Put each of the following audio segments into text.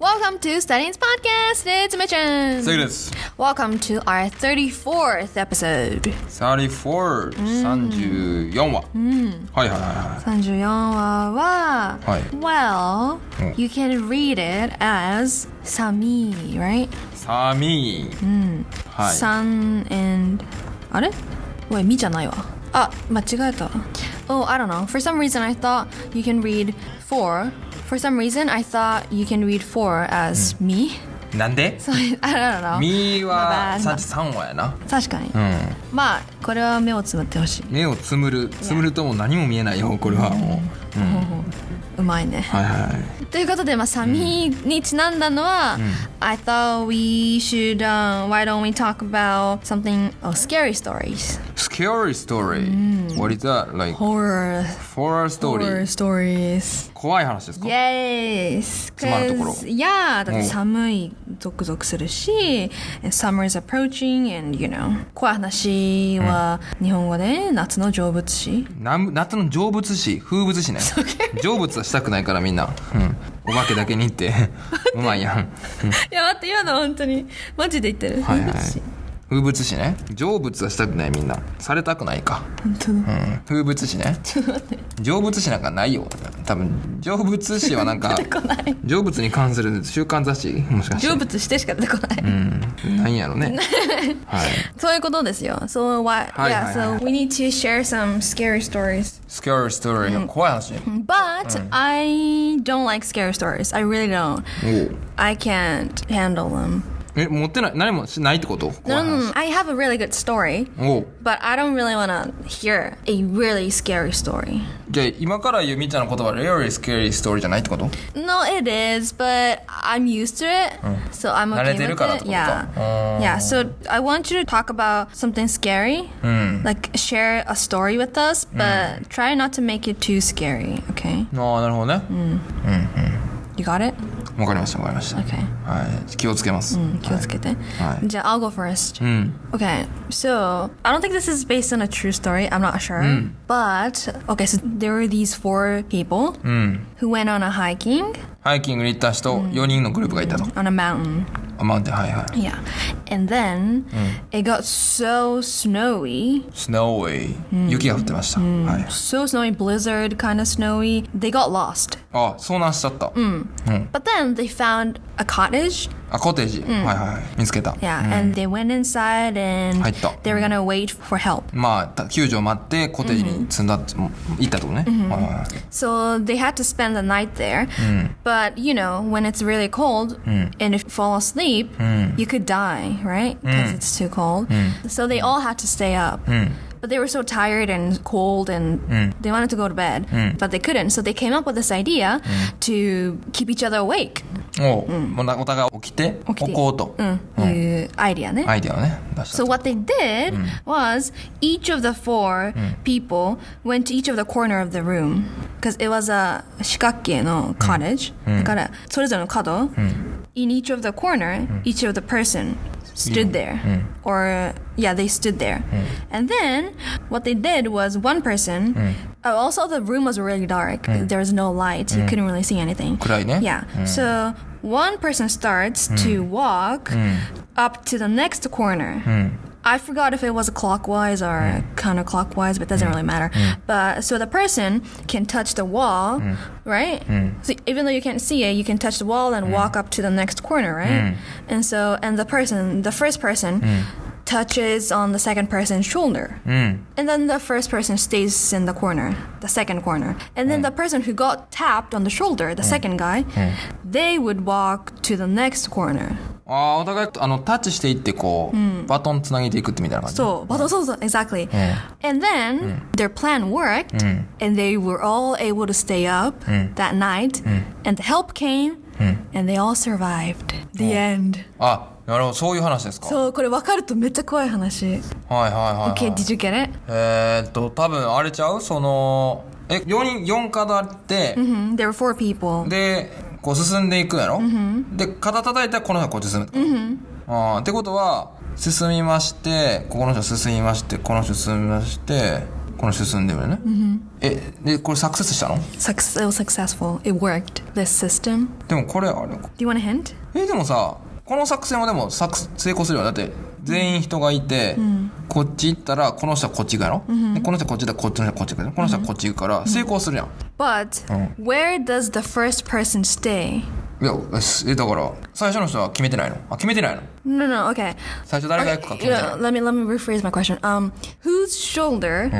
Welcome to Studying's podcast. It's Mitchin. セグです。 Welcome to our 34th episode. 34、34話。はいはいはいは34話は、はい Well, うん you can read it as Sami, right? い。サミー。はい。 Sun and あれおい、みじゃないわ。あ、間違えた。Oh, I don't know. For some reason, I thought you can read four. For some reason, I thought you can read four as me. なんで So I, I don't know. ミー My は bad. 33話やな。確かに。うん。まあ、これは目をつむってほしい。目をつむる。つむるともう何も見えないよ、これはもう。うん。うまいね。はいはい。ということで、まあ、サミにちなんだのは、I thought we should,、um, why don't we talk about something, oh, scary stories. Scary story. What is that? Like, Horror. horror Horror story. stories. 怖い話ですか Yes. つまるところ 'cause- Yeah, だってうん寒い、ゾクゾクするし、and summer is approaching, and you know. 怖い話は、日本語で夏の成仏詩。なん夏の成仏詩風物詩ね成仏はしたくないからみんな、うん、お化けだけにって うまいやんいや、待って、嫌だ、本当に。マジで言ってる。はいはい成仏詩風物詩ね成仏はしたくないみんなされたくないか、 本当だ。うん、風物詩ね成仏詩なんかないよ多分成仏詩は なんか成仏に関する週刊雑誌もしかして 成仏してしか出てこない。うんないんやろねはいそういうことですよ。So why? はい yeah. はいは So we need to share some scary stories. Scary Story の怖い話、 But Mm. I don't like scary stories. I really don't. おう I can't handle them. え持ってない何もしないってこと怖 No, い no, 話、 no. I have a really good story, おう but I don't really want to hear a really scary story. じゃあ今から言うみっちゃんの言葉 Really Scary Story じゃないってこと No, it is, but I'm used to it, so I'm Mm. 慣れ okay てる with からって it. ことか Oh. Yeah, うん yeah. So I want you to talk about something scary, Mm. like share a story with us, but try not to make it too scary. Okay, ああなるほどね、 you got it? わかりましたわかりました、 Okay. はい気をつけます、気をつけて。はい Hmm. じゃあ、I'll go first. ん Okay, so I don't think this is based on a true story. I'm not sure. Hmm. But, okay, so there were these four people Hmm. who went on a hiking ハイキングに行った人4人のグループがいたと、 on a mountain. あマウンテンはいはい Yeah. And then Hmm. it got so snowy, スノーウェイ雪が降ってました、はい so snowy, blizzard kind of snowy. They got lost. あ遭難しちゃった、 But then they found a cottage あコテージ、はいはい見つけた、 Yeah, and they went inside and 入った。 they were gonna wait for help. まあた救助を待ってコテージに積んだ、も行ったってことね、はいはいはい So they had to spend the night there. But you know, when it's really cold and if you fall asleep, you could die, right? Because it's too cold. So they all had to stay up. But they were so tired and cold and they wanted to go to bed, but they couldn't. So they came up with this idea to keep each other awake. おうもうなお互い起きて起きてこうと、いうアイディアね。アイデアをね出した So what they did was each of the four people went to each of the corner of the room because it was a 四角形の cottage だからそれぞれの角 in each of the corner each of the person stood there or yeah they stood there and then what they did was one person oh, also the room was really dark there was no light you couldn't really see anything 暗いね yeah. So one person starts to walk up to the next corner. I forgot if it was clockwise or counterclockwise, but it doesn't really matter. But so the person can touch the wall, right? So even though you can't see it, you can touch the wall and walk up to the next corner, right? And so and the person, the first person touches on the second person's shoulder. And then the first person stays in the corner, the second corner. And then the person who got tapped on the shoulder, the second guy, they would walk to the next corner. あーお互いあのタッチしていってこう、バトンつなげていくってみたいな感じ So, but also, so- exactly. And then their plan worked, and they were all able to stay up that night, and the help came, and they all survived. The end. あなるほどそういう話ですか So, これ分かるとめっちゃ怖い話。はいはいはい、はい Okay, did you get it? えー、っと多分あれちゃうそのえ4人4カードあって、 Hmm, There were four people. でこう進んでいくやろ、で肩叩いたらこの人はこう進むってこと、あーってことは進みましてここの人進みましてこの人進みましてこの人住んでるよね、えでこれサクセスしたの Success, it was successful. It worked. This system. でもこれあれ Do you want a hint? えでもさこの作戦はでもさく成功するよねだって全員人がいて、こっち行ったらこの人はこっち行くやろ、でこの人はこっちだこっちの人はこっち行くやろこの人はこっち行くから成功するやん、 But where does the first person stay? いやすえだから最初の人は決めてないのあ決めてないの No, no, okay. 最初誰が行くか Okay, 決 you めて know, な let い me let me rephrase my question. Um, whose shoulder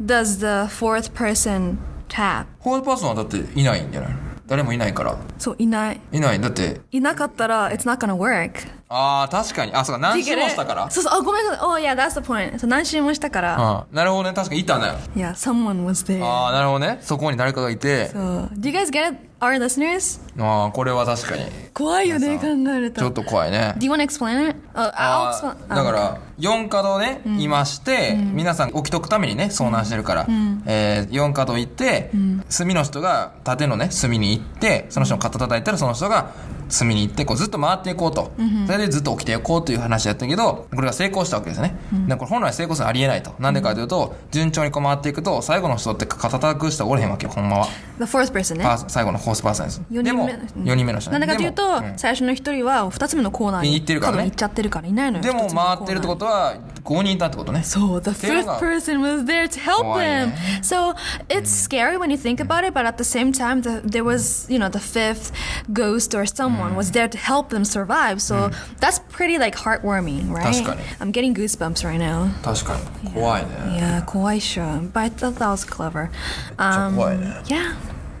does the fourth person tap? フォースパーソンはだっていないんじゃないの誰もいないからそういないいないだっていなかったら it's not gonna work. ああ確かにあそうか何周もしたからそうそうあごめんごめん。Oh yeah, that's the point. そう何周もしたから。あなるほどね確かにいたね Yeah, someone was there. ああなるほどねそこに誰かがいて So, do you guys get it, our listeners? ああこれは確かに怖いよね考えるちょっと。と怖いね Do you want to explain it? Oh, I'll あ explain. ーだから4角をね、いまして、皆さん起きとくためにね遭難してるから、えー、4角行って、隅の人が縦のね隅に行ってその人の肩叩いたらその人が隅に行ってこうずっと回っていこうと、それでずっと起きていこうという話やったけどこれが成功したわけですね、でこれ本来成功するのはありえないとなんでかというと、順調にこう回っていくと最後の人って肩叩く人はおれへんわけよほんまは The fourth person eh? ね。パー最後のホースパーソンです四で人も目4人目の人なんでかというでもと、最初の一人は二つ目のコーナーに行ってるからね多分行っちゃってるからいないのよでも一つ目のコーナー回ってるってことは5人いたってことねそう、the っていうの fifth が person was there to help 怖い him. ね Mm. So it's scary when you think about it, but at the same time, the, there was, you know, the fifth ghost or someone Mm. was there to help them survive. So that's pretty like heartwarming, right? 確かに。 I'm getting goosebumps right now. 確かに怖いね Yeah, 怖いっしょ。But I thought that was clever. っ Um, と怖いね yeah.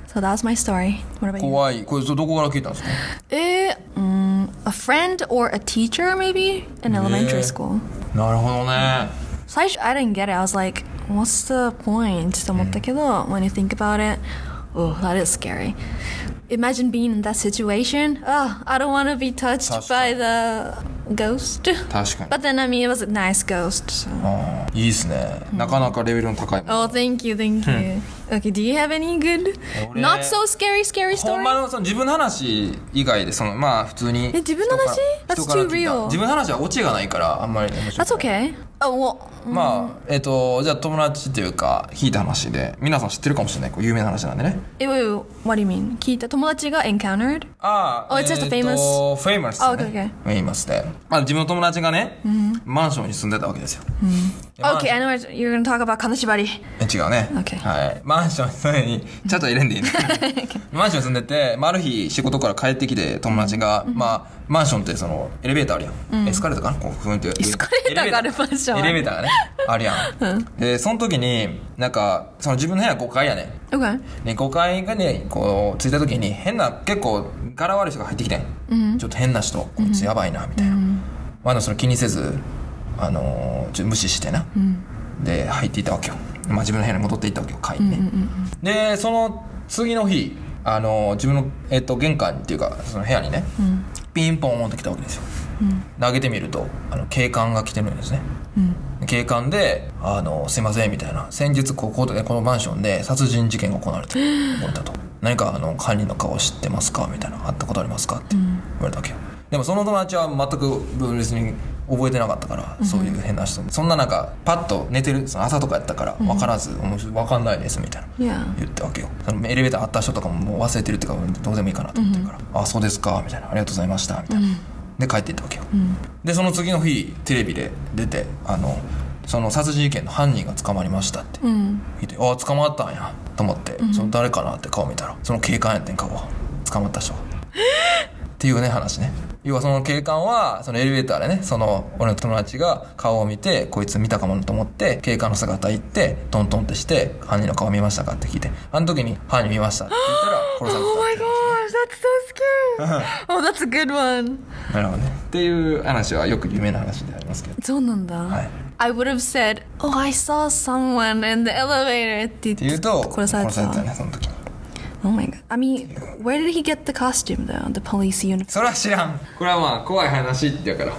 So that was my story. What about you? 怖いこれどこから聞いたんですか Eh, mm, a friend or a teacher, maybe in elementary school. なるほどね最初 I didn't get it. I was like, what's the point? と思ったけど、when you think about it, oh, that is scary. Imagine being in that situation. Oh, I don't want to be touched 確か by に the ghost. 確かに But then, I mean, it was a nice ghost. So. あーいいですねなかなかレベルの高い Oh, thank you, thank you. okay, do you have any good, 俺 not so scary, scary ほ story? んまのその自分の話以外でそのまあ普通にえ自分の話人から That's 人から聞いた too real 自分の話はオチがないからあんまり面白く That's ない okay. Oh, well, まあえっ、とじゃあ友達っていうか引いた話で皆さん知ってるかもしれないこう有名な話なんでね wait, wait, wait, what do you mean? 聞いた友達が encountered? ああ、 Oh, it's just えーとフェイマス Oh, ね okay, okay. フェイマスで、まあ、自分の友達がね、マンションに住んでたわけですよ、でマンション Okay, I know what you're going to talk about 金縛り。え違うね、 OK はい、マンションそれにちょっと入れん でいいねマンション住んでて、まあ、ある日仕事から帰ってきて友達が、まあ、マンションってそのエレベーターあるやん、エスカレーターかなこうふんってエスカレーターがあるマンションエレベーターがねあるやん、でその時になんかその自分の部屋5階やねん Okay. ね、5階がねこう着いた時に変な結構柄悪い人が入ってきてん、ちょっと変な人こいつやばいなみたいな、まだそれ気にせず、あのーちょっと無視してな、で入っていったわけよ、まあ、自分の部屋に戻っていったわけよ階にね、でその次の日、あのー自分の、えっと玄関っていうかその部屋にね、ピンポーンって来たわけですよ、投げてみるとあの警官が来てるんですね、警官で「あのすいません」みたいな「先日ここでこのマンションで殺人事件が行われて起こったと何かあの犯人の顔知ってますか?」みたいな「会ったことありますか?」って言われたわけよでもその友達は全く別に覚えてなかったからそういう変な人、そんな中パッと寝てるその朝とかやったから分からず「もう分かんないです」みたいな Yeah. 言ったわけよそのエレベーターあった人とかももう忘れてるっていうかどうでもいいかなと思ってるから「あそうですか」みたいな「ありがとうございました」みたいな、で帰っていったわけよ、でその次の日テレビで出てあのその殺人事件の犯人が捕まりましたってうん。聞いて「あ捕まったんや」と思って、その誰かなって顔見たらその警官やってん顔捕まった人がっていうね話ね要はその警官はそのエレベーターでねその俺の友達が顔を見てこいつ見たかもなと思って警官の姿行ってトントンってして犯人の顔見ましたかって聞いてあの時に犯人見ましたって言ったら殺さ Oh れ my gosh, that's so scary. oh, that's a good one. たなるほどねっていう話はよく有名な話でありますけどそうなんだ。はい。 I would have said, "Oh, I saw someone in the elevator." っていうと殺されてた。ねその時に Oh my god. I mean, where did he get the costume though? The police uniform. それは知らんこれはまあ怖い話だから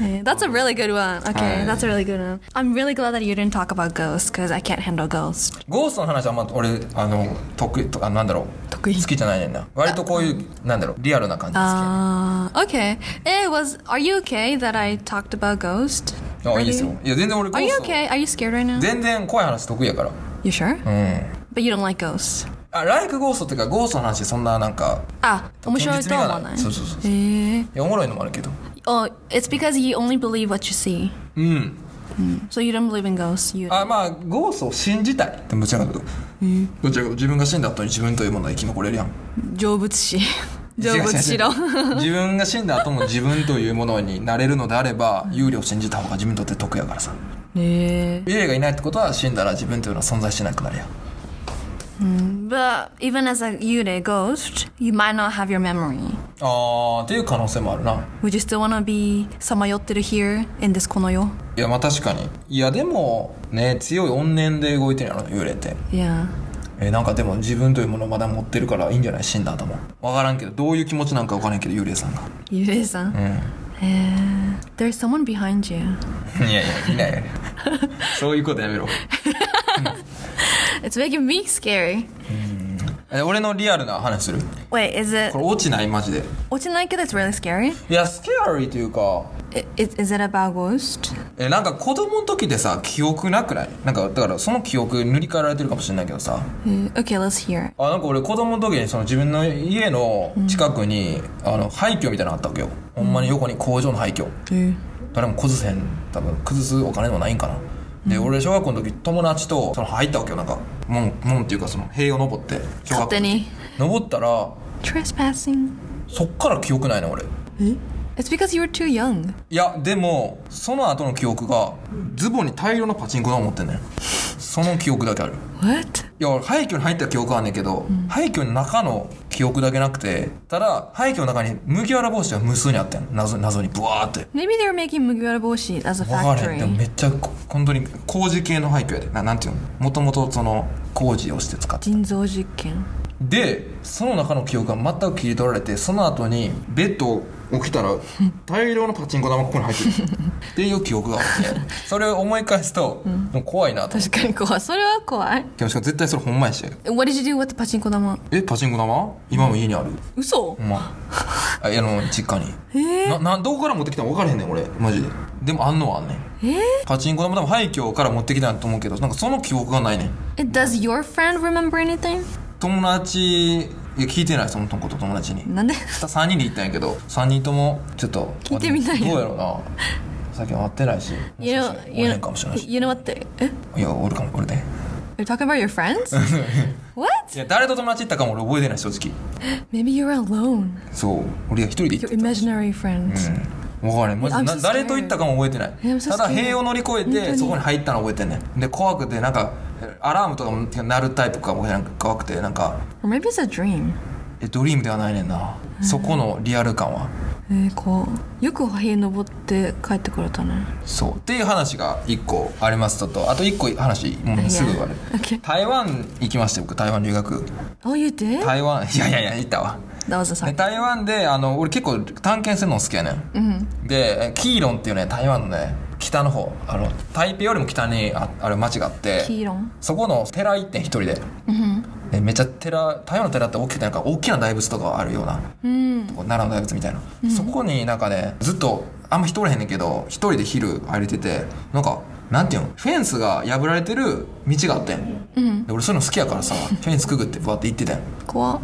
Yeah, That's a really good one. Okay, はい。 that's a really good one. I'm really glad that you didn't talk about ghosts because I can't handle ghosts. ゴーストの話はまあ俺あの得意とあなんだろう得意好きじゃないねんな割とこういうなんだろうリアルな感じですけど Uh, okay. It was. Are you okay that I talked about ghosts? あいいですよいや全然俺ゴ Are ー you スト okay? Are you scared right now? 全然怖い話得意やから You sure? うん。 But you don't like ghosts. あ、ライクゴーストっていうか、ゴーストの話、そんななんか、あ、面白いとは思わない。そうそうそうそうへえ。いや、おもろいのもあるけど。Eh. Oh, it's because you only believe what you see. うん。 So you don't believe in ghosts. You あ、まあ、ゴーストを信じたい。でも、どちらかというと。どちらかというと、自分が死んだ後に自分というものは生き残れるやん。成仏し。成違う違う違う仏しろ。 自分が死んだ後も自分というものになれるのであれ ば、有利を信じた方が自分にとって得やからさ。へえ。幽霊がいないってことは死んだら自分というのは存在しなくなるやん。 But even as a you a ghost, you might not have your memory. あー、っていう可能性もあるな。 Would you still wanna be さまよってる here in this この世いや、まあ確かに。いや、でも、ね、強い怨念で動いてるやろ、幽霊って。 Yeah. えーなんかでも自分というものをまだ持ってるからいいんじゃない死んだ後も。わからんけど、どういう気持ちなんかわからんけど、幽霊さんが。 ゆれいさん。へえ。There's Eh. someone behind you. いやいや、いない よ。そういうことやめろ。 It's making me scary. え俺のリアルな話する Wait, is it? これ落ちないマジで。落ちないけど it's really scary. いや、スケアリーというか、 I- Is is it about ghost? えなんか子供の時でさ、記憶なくないなんか、だからその記憶塗り替えられてるかもしれないけどさ。え Okay, let's hear. あなんか俺子供の時にその自分の家の近くに、あの廃墟みたいなのあったわけよほんまに横に工場の廃墟、え誰も崩せへん多分崩すお金もないんかなで、俺小学校の時友達とその入ったわけよなんか門門っていうかその塀を登って小学校勝手の時に登ったら Trespassing. そっから記憶ないね俺 Hmm? It's because you were too young. いやでもその後の記憶がズボンに大量のパチンコ玉持ってんねんその記憶だけある What? いや俺廃墟に入った記憶はあんねんけど、廃墟の中の記憶だけなくてただ廃墟の中に麦わら帽子が無数にあったん謎謎にブワーって Maybe they were making Mugiwara Boshi as a 分かれ factory. へんでもめっちゃこ本当に工事系の廃墟やでななんていうのもともとその工事をして使って人造実験。でその中の記憶が全く切り取られてその後にベッド起きたら大量のパチンコ玉ここに入ってるっていう記憶があってそれを思い返すと、もう怖いなと思っ て確かに怖い。それは怖い。でもしかも絶対それほんまやし What did you do with the パチンコ玉えパチンコ玉今も家にある、嘘ほんまあいやあの実家にえななどこから持ってきたの分からへんねん俺マジででもあんのはあんねんえパチンコ玉多分廃墟から持ってきたんやと思うけどなんかその記憶がないねん Eh, Does your friend remember anything? 友達いや聞いてないそのこと友達に なんで3人で行ったんやけど3人ともちょっと聞いてみたいどなうやろうな最近会ってないし You もしか know, したらお you れへんかもしれ know, ないし you know what the... えいやおるかも俺で You're talking about your friends? What? いや誰と友達行ったかも俺覚えてない正直 Maybe you're alone. そう俺が一人で行 Your ってた imaginary friends. 分からへんマジで I'm な so scared. 誰と行ったかも覚えてない I'm so ただ scared. 塀を乗り越え本当てにそこに入ったの覚えてんねんで怖くてなんかアラームとかも鳴るタイプか僕なんか怖くてなんか Or maybe it's a dream. えドリームではないねんなそこのリアル感はえー、こうよく塀登って帰ってこれたねそうっていう話が1個ありますととあと1個話もうすぐ終わる Okay. 台湾行きまして僕台湾留学 Oh you did? That 台湾いやいやいや行ったわ was a で sign 台湾であの俺結構探検するの好きやねん、でえキーロンっていうね台湾のね北の方あの台北よりも北にあある町があってキーロンそこの寺行ってん一人で、でめっちゃ寺台湾の寺って大きくてなんか大きな大仏とかあるような、うんとこ奈良の大仏みたいな、そこになんかねずっとあんま人おれへんねんけど一人で昼歩いててなんかなんていうのフェンスが破られてる道があってん、で俺そういうの好きやからさフェンスくぐってバーって行ってたん怖っ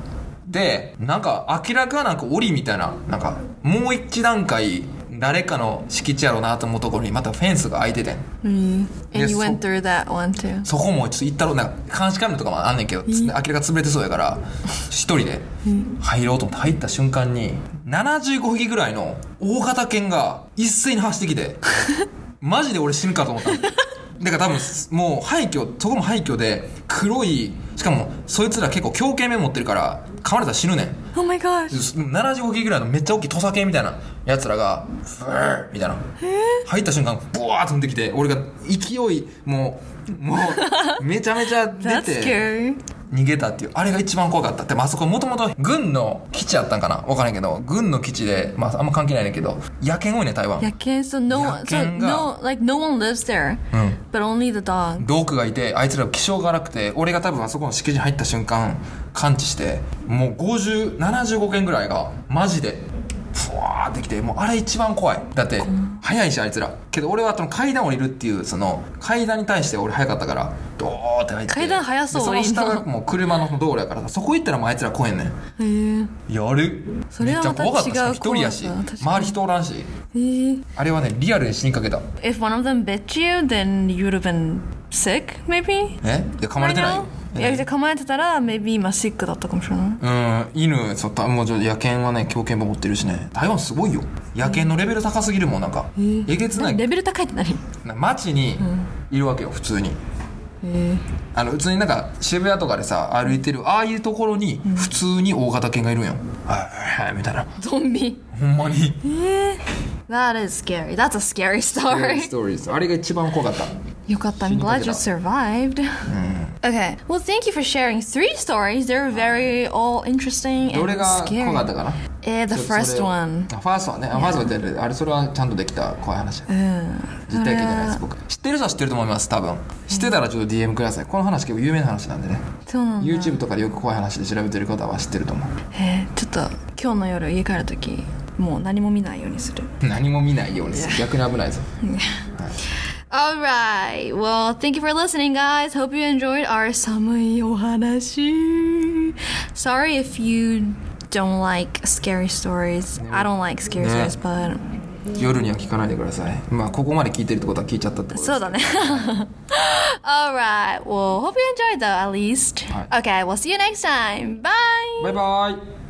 でなんか明らかなんか檻みたいななんかもう一段階誰かの敷地やろうなと思うところにまたフェンスが開いててん And Yes, you went through that one too そこもちょっと行ったろなんか監視カメラとかもあんねんけど、つ明らか潰れてそうやから一人で入ろうと思って入った瞬間に75匹ぐらいの大型犬が一斉に走ってき てマジで俺死ぬかと思ったのだから多分もう廃墟そこも廃墟で黒いしかもそいつら結構狂犬目持ってるから噛まれたら死ぬねん Oh my gosh 75キロぐらいのめっちゃ大きい土佐犬みたいなやつらがフーみたいな入った瞬間ブワーッ飛んできて俺が勢いもうもうめちゃめちゃ出 That's て scary 逃げたっていうあれが一番怖かったでもあそこもともと軍の基地やったんかなわからんけど軍の基地で、まあ、あんま関係ないねんけど野犬多いね台湾野犬 so no one so 野犬が no like no one lives there うん but only the dog ドークがいてあいつら気性が荒くて俺が多分あそこの敷地に入った瞬間感知してもう5075件ぐらいがマジでふわーってきてもうあれ一番怖いだって早いしあいつらけど俺はその階段降りるっていうその階段に対して俺早かったからドーって入って階段速そうでその下今がもう車の道路やからさそこ行ったらもうあいつら来へんねんえー、やるそれはまためっちゃ怖かったし違う一人やし怖さ確かに周り人おらんしえー、あれはねリアルに死にかけた If one of them bit you, then you'd have been sick, maybe? えいや噛まれてないよ Right now? いや、構えてたら、maybe 今シックだったかもしれない。うん犬そうたもうちょっと野犬はね狂犬も持ってるしね台湾すごいよ野犬のレベル高すぎるもんなんかえげつないレベル高いって何な街にいるわけよ普通にえあの普通になんか渋谷とかでさ歩いてるああいうところに普通に大型犬がいるんよ、はいはいみたいなゾンビ。ほんまに That is scary. That's a scary ス story. トーリーですあれが一番怖かったよかった。I'm glad you survived. Okay. Well, thank you for sharing three stories. They're very all interesting ど and れが怖かった scary. かな Eh, the ちょっとそれ first one. あファーストはね、あファーストは全然あれそれはちゃんとできた怖い話、実体験じゃないです僕知ってる人は知ってると思います多分知ってたらちょっと DM くださいこの話結構有名な話なんでねそうなんだ。 YouTube とかでよく怖い話で調べてる方は知ってると思えー、ちょっと今日の夜家帰るとき、もう何も見ないようにする。う何も見ないようにする逆に危な いぞ All right. Well, thank you for listening, guys. Hope you enjoyed our samui ohanashi. Sorry if you don't like scary stories. I don't like scary Yeah. stories, but 夜には聞かないでくださいまあここまで聞いてるってことは聞いちゃったってことですそうだね。All right. Well, hope you enjoyed though, at least. Alright. Okay, we'll see you next time. Bye. バイバイ